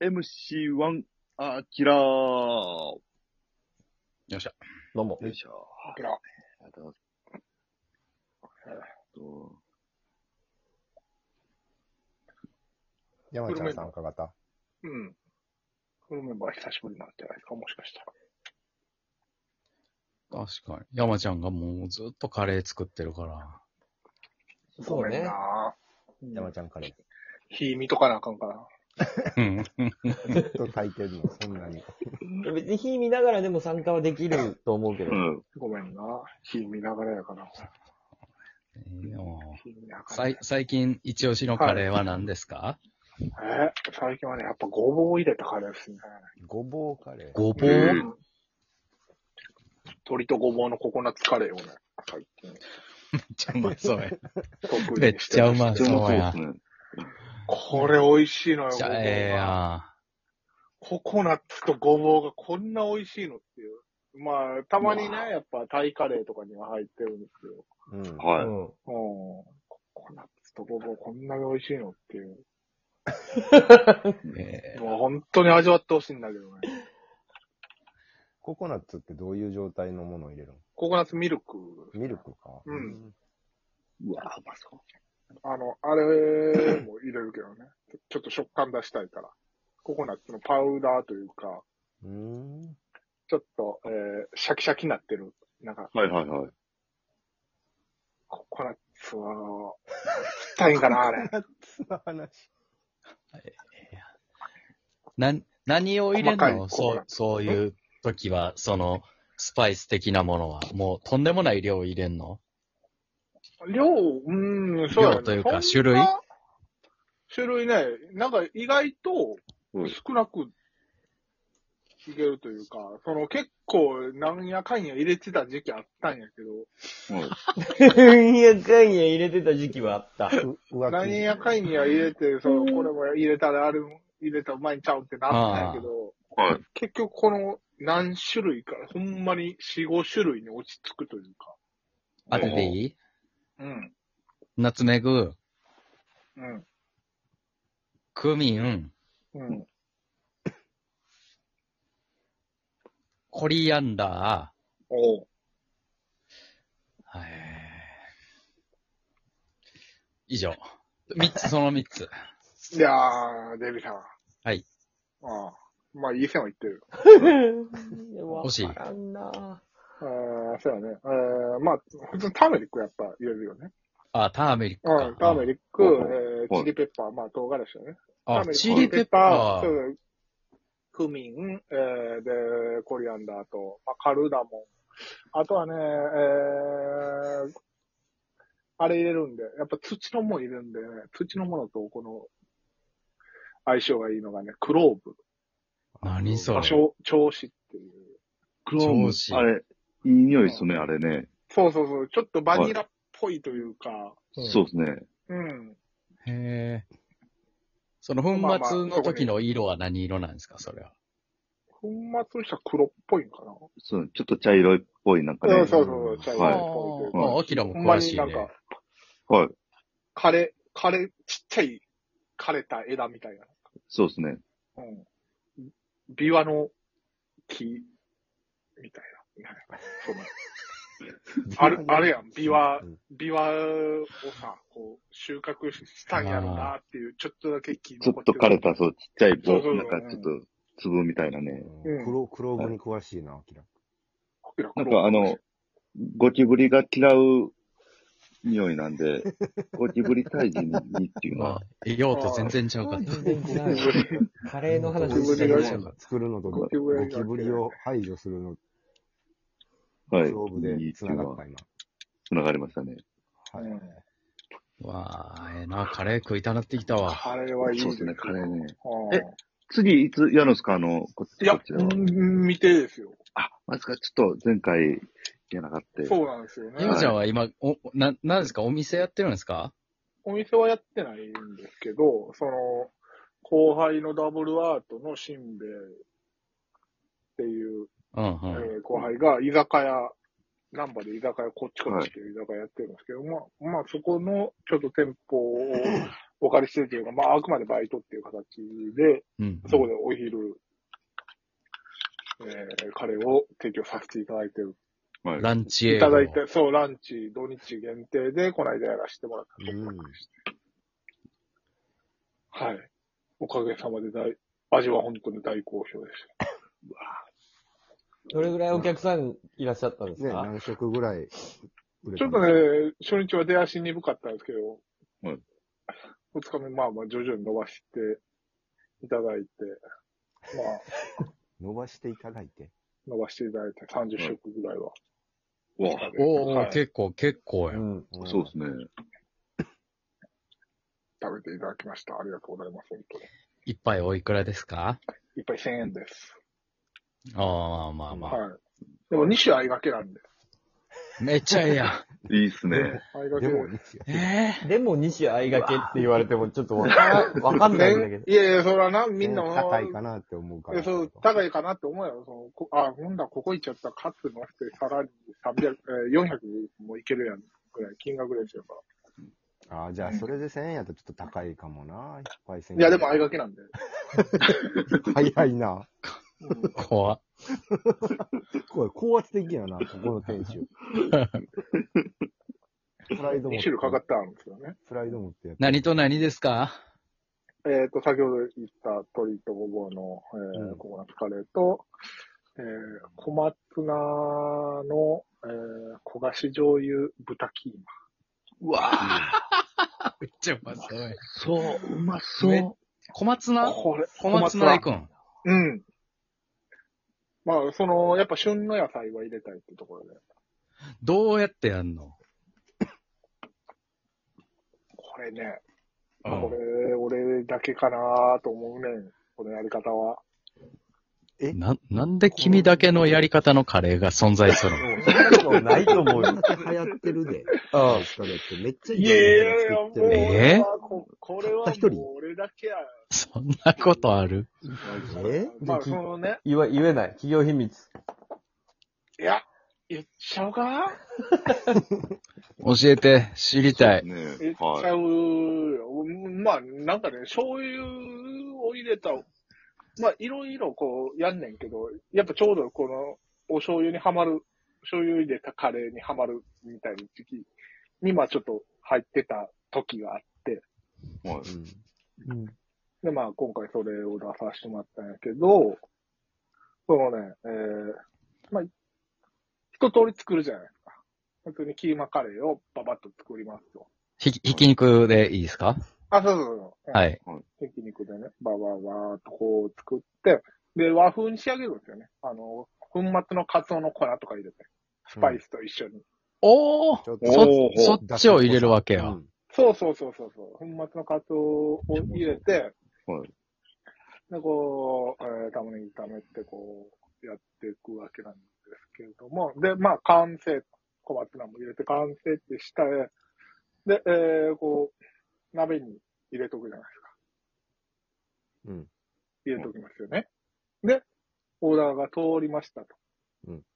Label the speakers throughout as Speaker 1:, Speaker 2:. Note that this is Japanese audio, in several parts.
Speaker 1: 4MC1 アキラー。よ
Speaker 2: よっしゃ。
Speaker 3: どうも。
Speaker 1: いしょ。
Speaker 2: アキラ。
Speaker 1: ありがとうございます
Speaker 3: 山ちゃん参加型。
Speaker 2: うん。フルメンバー久しぶりなんじゃないですか、もしかしたら。
Speaker 4: 確かに。山ちゃんがもうずっとカレー作ってるから。
Speaker 3: そうね
Speaker 2: ごめんな
Speaker 3: 山
Speaker 2: ぁ。
Speaker 3: ちゃんカレ
Speaker 2: 火見とかなあかんから。
Speaker 4: うん。
Speaker 3: ー。ずっと炊いてるの、そんなに。
Speaker 5: 別に火見ながらでも参加はできると思うけど
Speaker 1: う。ん。
Speaker 2: ごめんな火見ながらやから。
Speaker 4: でも
Speaker 2: 火見ながら
Speaker 4: さい。最近、一押しのカレーは何ですか、
Speaker 2: え最近はね、やっぱごぼうを入れたカレーですね。
Speaker 3: ごぼうカレー。
Speaker 4: ごぼう、
Speaker 1: うん
Speaker 2: 鶏とごぼうのココナッツカレーをね、最近
Speaker 4: めっちゃうまそうや。
Speaker 2: 得意にしてます
Speaker 4: めっちゃうま
Speaker 1: そう
Speaker 4: そう
Speaker 1: で
Speaker 4: や
Speaker 1: す。ね。
Speaker 2: これ美味しいのよ、
Speaker 4: じ
Speaker 2: ご
Speaker 4: ゃ
Speaker 2: ぼう
Speaker 4: あ、ええや
Speaker 2: が。
Speaker 4: ん。
Speaker 2: ココナッツとごぼうがこんな美味しいのっていう。まあ、たまにね、やっぱタイカレーとかには入ってるんですけど。
Speaker 3: うん。
Speaker 5: う
Speaker 1: はい。
Speaker 5: ん。
Speaker 2: うん。ココナッツとごぼうこんなに美味しいのっていう。
Speaker 4: ええ
Speaker 2: もう本当に味わってほしいんだけどね。
Speaker 3: ココナッツってどういう状態のものを入れるの
Speaker 2: ココナッツミルク。
Speaker 3: ミルクか。
Speaker 2: うん
Speaker 3: ん。
Speaker 1: うわぁ、うまそう。
Speaker 2: あの、あれも入れるけどね。ちょちょっと食感出したいから。ココナッツのパウダーというか、
Speaker 3: うーん。
Speaker 2: ちょっと、えーシャキシャキになってる。なんか、
Speaker 1: はいはいはい。
Speaker 2: ココナッツは、 したいんかな、あれ。
Speaker 3: その話。
Speaker 4: な、何を入れる
Speaker 2: 細か
Speaker 4: の
Speaker 2: い
Speaker 4: そう、そういう時は、その、スパイス的なものは、もうとんでもない量入れんの
Speaker 2: 量、うん、そうだね
Speaker 4: 量というか
Speaker 2: そん
Speaker 4: 種
Speaker 2: な
Speaker 4: 類
Speaker 2: 種類ね、なんか意外と
Speaker 1: うん
Speaker 2: 少なくいけるというか、その結構なんやかんや入れてた時期あったんやけ
Speaker 1: う
Speaker 2: ど、
Speaker 1: ん
Speaker 5: いやかんや入れてた時期はあった。
Speaker 3: う浮気。
Speaker 2: 何やかんや入れて、そのこれも入れたらあれも入れたらうまいんちゃうってなったんやけど、
Speaker 1: はい。
Speaker 2: 結局この何種類か、ほんまに4、5種類に落ち着くというか。
Speaker 4: 当てていい
Speaker 2: うん。
Speaker 4: ナツメグ、
Speaker 2: うん。
Speaker 4: クミン、
Speaker 2: うん。
Speaker 4: コリアンダ
Speaker 2: お
Speaker 4: ー、
Speaker 2: う
Speaker 4: はい。以上。三つ、その三つ。
Speaker 2: いやー、デビさん。
Speaker 4: はい。
Speaker 2: ああ。まあ、いい線は言ってる。
Speaker 5: 欲
Speaker 4: 欲しい
Speaker 5: わからんな
Speaker 2: ああ、そうやね。えー、まあ、普通ターメリックやっぱ入れるよね。
Speaker 4: あ、ターメリックか。
Speaker 2: うん、ターメリック、
Speaker 1: うん
Speaker 2: え
Speaker 1: うん
Speaker 2: ー、チリペッパー、まあ、唐辛子だね。タ
Speaker 4: あ
Speaker 2: ーメ、リック
Speaker 4: チリペッパ
Speaker 2: チリ
Speaker 4: ー。
Speaker 2: そうクミン、えー、で、コリアンダーと、まあ、カルダモン。あとはね、えー、あれ入れるんで、やっぱ土のもん入れるんでね、土のものとこの相性がいいのがね、クローブ。
Speaker 4: 何そ
Speaker 2: まあ、
Speaker 4: れ。
Speaker 2: 調調子っていう。
Speaker 1: クローム
Speaker 4: 調子、
Speaker 1: あれ、いい匂いっすね、あれね。
Speaker 2: そうそうそう、ちょっとバニラっぽいというか、
Speaker 3: うん
Speaker 1: そうですね。
Speaker 2: うん。
Speaker 4: へえ。その粉末の時の色は何色なんですか、それは。
Speaker 2: 粉末にしたら黒っぽいんかな。
Speaker 1: そう、ちょっと茶色いっぽい、なんかね。
Speaker 2: うんそうそうそう、茶色
Speaker 1: はいい
Speaker 2: っぽいというか。
Speaker 4: あ、アキラも
Speaker 2: ほんま
Speaker 4: 詳し
Speaker 2: に
Speaker 4: い
Speaker 2: な
Speaker 4: ね
Speaker 2: ん。か、
Speaker 1: はい。
Speaker 2: 枯れ、枯れ、ちっちゃい枯れた枝みたい
Speaker 1: そうですね。
Speaker 2: な。うん。ビワの木、みたいな。 そのある、あれやん、ビワ
Speaker 3: うん、
Speaker 2: ビワをさ、こう、収穫したんやろなっていう、ちょっとだけ木
Speaker 1: ちょ
Speaker 2: 残
Speaker 1: っ
Speaker 2: って
Speaker 1: と
Speaker 2: る
Speaker 1: 枯れた、そう、ちっちゃい棒、
Speaker 2: そうそう
Speaker 1: なんかちょっと粒みたいなね。
Speaker 2: うん
Speaker 3: 黒、黒部に詳しいな、アキラ。
Speaker 1: なんかあの、ゴキブリが嫌う匂いなんで、ゴキブリ退治にっていうの
Speaker 4: まあ
Speaker 1: は、、
Speaker 4: 用途全然ちゃうかった。
Speaker 5: 全然違う。カレーの話
Speaker 2: ゴキブ
Speaker 5: して
Speaker 2: リ
Speaker 5: る
Speaker 2: が
Speaker 5: じゃん。
Speaker 3: 作るのとゴ
Speaker 2: ゴキブリが
Speaker 3: キブリを排除するの、
Speaker 1: はい。
Speaker 3: ロー
Speaker 1: い
Speaker 3: ブ
Speaker 1: い
Speaker 3: で
Speaker 1: ってい
Speaker 3: 繋
Speaker 1: う
Speaker 3: が
Speaker 1: の
Speaker 3: っ
Speaker 1: は
Speaker 3: た今。
Speaker 1: 繋がりましたね。
Speaker 3: はい。
Speaker 2: うん
Speaker 4: わあ、ええな、カレー食いたなってきたわ。
Speaker 2: カレーはいい
Speaker 1: そうですね、カレーね。
Speaker 2: うん
Speaker 1: え次、いつやるんですかあの、こっち、
Speaker 2: い
Speaker 1: こ
Speaker 2: や
Speaker 1: っ、ち
Speaker 2: う
Speaker 1: は。
Speaker 2: ん見てですよ。
Speaker 1: あ、まずか、ちょっと前回、やなかった。
Speaker 2: そうなんですよね。
Speaker 4: 今ちゃんは今、お、な、なんですかお店やってるんですか
Speaker 2: お店はやってないんですけど、その、後輩のダブルアートのしんべヱっていう、
Speaker 4: うんう
Speaker 2: え
Speaker 4: ん。
Speaker 2: ー後輩が居酒屋、ナンバで居酒屋、こっちこっちっていう居酒屋やってるんですけど、まあ、まあ、そこのちょっと店舗をお借りしてるというか、まあ、あくまでバイトっていう形で、
Speaker 4: うん。
Speaker 2: そこでお昼、えー、カレーを提供させていただいてる。
Speaker 1: はい。
Speaker 4: ランチ
Speaker 2: い
Speaker 4: 営
Speaker 2: た
Speaker 4: 業
Speaker 2: だいて、そう、ランチ、土日限定で、この間やらせてもらったところでした。はい。おかげさまで大、味は本当に大好評でし
Speaker 5: どれぐらいお客さんいらっしゃったんです
Speaker 3: ね、
Speaker 5: か、
Speaker 3: 何食ぐらい売れ
Speaker 2: た。ち
Speaker 3: たん
Speaker 2: ょっと
Speaker 3: ですか
Speaker 2: ね、初日は出足鈍かったんですけど、
Speaker 1: はい
Speaker 2: 二日目、まあまあ徐々に伸ばしていただいて、まあ、
Speaker 3: 伸ばしていただいて。
Speaker 2: 伸ばしていただいて30食ぐらいは。
Speaker 1: わあ
Speaker 4: おーおー、
Speaker 2: はい
Speaker 4: 結構、結構や。
Speaker 5: うん。
Speaker 1: そうですね。
Speaker 2: 食べていただきました。ありがとうございます、本当に。
Speaker 4: 一杯おいくらですか
Speaker 2: 一杯1000円です。
Speaker 4: ああ、まあま
Speaker 2: は
Speaker 4: あ。
Speaker 2: い。でも2種合いがけなんで。
Speaker 4: めっちゃええやん。
Speaker 1: いいっすね。
Speaker 2: 合いがけ
Speaker 3: で もいいですよ。
Speaker 4: え
Speaker 5: でも西愛がけって言われてもちょっとわかわかんないんだけど。
Speaker 2: いやいや、それはな、みんなも、
Speaker 3: ね高いかなって思うから。
Speaker 2: えそう、高いかなって思うやろ。そのこあ、ほんだらここ行っちゃったら、カット伸ばして、さらに300、えー400もいけるやん。ぐらい、金額ですよ。
Speaker 3: ああ、じゃあ、それで1000円やとちょっと高いかもな。いっぱい1000円。
Speaker 2: いや、でも合いがけなんで。
Speaker 3: 早いな。
Speaker 4: ー、怖っ
Speaker 3: これ、高圧的やな、ここの店 主。プライド持
Speaker 2: 2
Speaker 3: って
Speaker 2: 種類かかったんですよね。
Speaker 3: プライド持ってやって。
Speaker 4: 何と何ですか
Speaker 2: えっ、と、先ほど言った鶏とごぼうの、えー
Speaker 3: うん
Speaker 2: ココナッツカレーと、えー、小松菜の、えー、焦がし醤油豚キーマ。
Speaker 4: うわあ。めっちゃうまそうや。
Speaker 1: そう、うまそ
Speaker 4: ね小松菜
Speaker 2: これ、
Speaker 4: 小松菜行くん。
Speaker 2: うん。まあ、その、やっぱ旬の野菜は入れたいってところで。
Speaker 4: どうやってやんの
Speaker 2: これね、
Speaker 4: う
Speaker 2: こ
Speaker 4: ん
Speaker 2: れ、俺だけかなと思うねん。このやり方は。
Speaker 3: れ
Speaker 4: な、なんで君だけのやり方のカレーが存在するの
Speaker 5: もうそんなことないと思うよ。
Speaker 3: 流行ってるで。
Speaker 5: うん。
Speaker 3: それってめっちゃ
Speaker 2: いやいやいや、もう、
Speaker 3: 作ってる
Speaker 4: えー
Speaker 2: ここれは
Speaker 3: たった一人
Speaker 2: もう俺だけや。
Speaker 4: そんなことある
Speaker 3: え
Speaker 2: まあ、そのね、
Speaker 5: 言わ言えない。企業秘密。
Speaker 2: いや、言っちゃうか
Speaker 4: 教えて、知りたい。
Speaker 1: ね
Speaker 2: 言っちゃ
Speaker 1: は
Speaker 2: うよ。うんまあ、なんかね、醤油を入れた、まあ、いろいろこう、やんねんけど、やっぱちょうどこの、お醤油にはまる、醤油入れたカレーにはまるみたいな時期に、まあちょっと入ってた時があって、
Speaker 1: い。はい
Speaker 5: うん。
Speaker 2: で、まあ今回それを出させてもらったんやけど、そのね、えー、まあ、一通り作るじゃないですか。本当にキーマカレーをババッと作りますと。
Speaker 4: ひき、ひき肉でいいですか
Speaker 2: あ、そうそうそう。い
Speaker 4: はい。
Speaker 2: ひき肉でね、ばばばーっとこう作って、で、和風に仕上げるんですよね。あの、粉末のカツオの粉とか入れて、スパイスと一緒に。
Speaker 4: おー
Speaker 3: ちょっと
Speaker 4: そ
Speaker 1: おー、
Speaker 4: そっちを入れるわけや。
Speaker 2: そうそうそうそうそう。粉末のカツオを入れて、
Speaker 1: はい。
Speaker 2: で、こう、えー玉ねぎ炒めて、こう、やっていくわけなんですけれども、で、まあ、完成、小松菜も入れて完成ってしたらで、えー、こう、鍋に入れとくじゃないですか。
Speaker 3: うん。
Speaker 2: 入れときますよね。で、オーダーが通りましたと。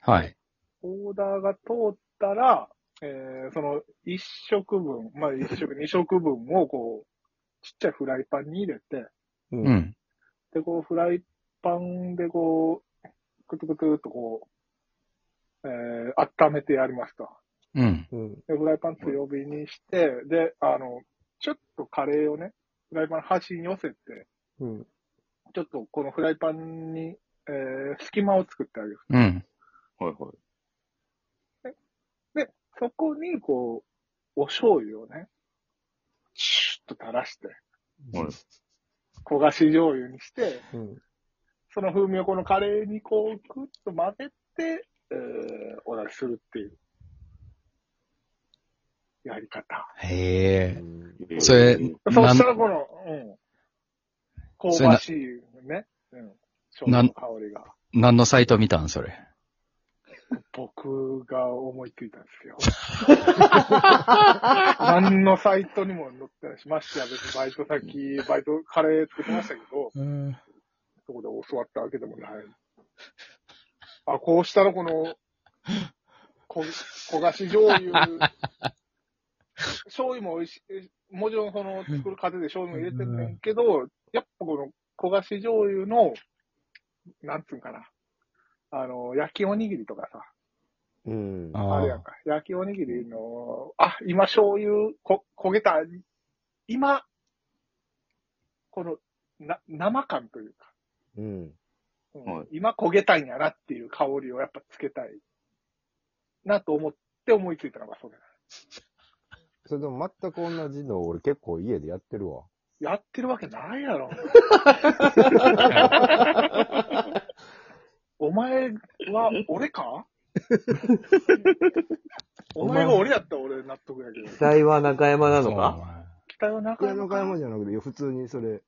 Speaker 4: はい。
Speaker 2: オーダーが通ったら、えー、その一食分、まあ一食、二 食分をこう、ちっちゃいフライパンに入れて、
Speaker 5: うん
Speaker 4: うん。
Speaker 2: で、こう、フライパンでこう、くつくつっとこう、えー、温めてやりますと。
Speaker 4: うん。
Speaker 5: うん。
Speaker 2: で、フライパン強火にして、で、あの、ちょっとカレーをね、フライパンの端に寄せて、
Speaker 5: うん。
Speaker 2: ちょっとこのフライパンに、えー、隙間を作ってあげる。
Speaker 4: うん。
Speaker 1: はいはい。
Speaker 2: そこに、こう、お醤油をね、シュッと垂らして、
Speaker 1: はい
Speaker 2: 焦がし醤油にして、
Speaker 5: うん。
Speaker 2: その風味をこのカレーにこう、ぐっと混ぜて、えー、お出しするっていう、やり方。
Speaker 4: へえ。
Speaker 3: うん
Speaker 1: えー
Speaker 4: それ
Speaker 2: そ
Speaker 4: なん
Speaker 2: したらこの、うん、香ばしいね、うん、醤油の香りが、
Speaker 4: 何のサイト見たんそれ。
Speaker 2: 僕が思いついたんですよ。何のサイトにも載ってないし、ましてや別にバイト先、バイト、カレー作ってましたけど、
Speaker 4: うん。
Speaker 2: そこで教わったわけでもない。あ、こうしたらこの、こ焦がし醤油醤油も美味しい、もちろんその作る過程で醤油も入れてんねんけど、やっぱこの焦がし醤油の、なんつうんかな。あの、焼きおにぎりとかさ、
Speaker 5: うん。
Speaker 2: あれやんか。焼きおにぎりの、あ、今醤油こ焦げた、今、この、な、生感というか、
Speaker 5: うん。
Speaker 2: うん
Speaker 1: はい
Speaker 2: 今焦げたいんやなっていう香りをやっぱつけたいなと思って思いついたのがそれ。
Speaker 3: それでも全く同じの俺結構家でやってるわ。
Speaker 2: やってるわけないやろ。お前は俺かお前が俺やったら俺納得やけど。
Speaker 5: 期待は中山なのか
Speaker 4: か
Speaker 2: 期待はないか
Speaker 3: や、
Speaker 2: な
Speaker 3: 中
Speaker 2: か
Speaker 3: 山じゃなくて、普通にそれ、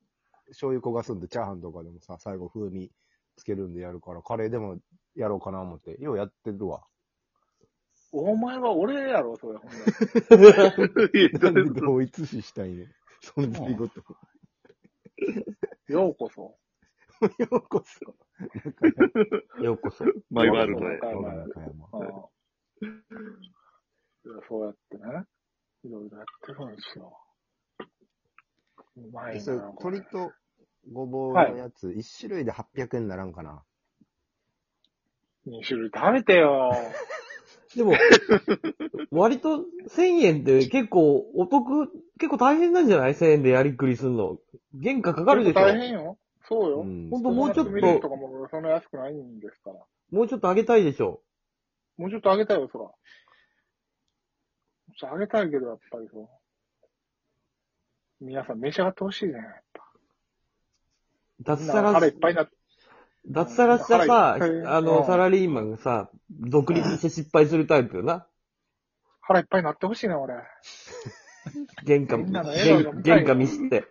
Speaker 3: 醤油焦がすんで、チャーハンとかでもさ、最後風味つけるんでやるから、カレーでもやろうかな思って、ようやってるわ。
Speaker 2: お前は俺やろ、それ。ほんなら
Speaker 3: なんで同一視したいね。そんなこと。
Speaker 2: ようこそ。
Speaker 3: ようこそ。
Speaker 5: ようこそ。
Speaker 1: マイワールドへ。
Speaker 2: はい
Speaker 3: 我が中山。
Speaker 2: ああいやそうやってね、いろいろやってるんですよ。うまい
Speaker 3: でそれ
Speaker 2: な。これ
Speaker 3: 鶏とごぼうのやつ、一種類で800円にならんかな。
Speaker 2: 二種類食べてよ。
Speaker 5: でも、割と1000円って結構お得、結構大変なんじゃない ?1000 円でやりくりすんの。原価かかるでしょ
Speaker 2: 大変よ。そうよ。
Speaker 3: ん
Speaker 5: ほんともうちょっと
Speaker 2: ミルとかもそんな安くないんですから。
Speaker 5: もうちょっと上げたいでしょ
Speaker 2: もうちょっと上げたいよ、そら。ちょっと上げたいけど、やっぱりそう。皆さん召し上がってほしいね。
Speaker 5: 脱
Speaker 2: みん
Speaker 5: サ
Speaker 2: な
Speaker 5: ラ
Speaker 2: 腹いっ、ぱいになって。
Speaker 5: 脱サラしたさ
Speaker 2: 腹いっ、ぱい
Speaker 5: あ
Speaker 2: う
Speaker 5: の、
Speaker 2: ん
Speaker 5: サラリーマンがさ、独立して失敗するタイプよな。
Speaker 2: 腹いっぱいになってほしいね、俺。
Speaker 5: 原価、
Speaker 2: みんなの
Speaker 5: 原
Speaker 2: 笑顔が見たいよ
Speaker 5: 原価ミスって。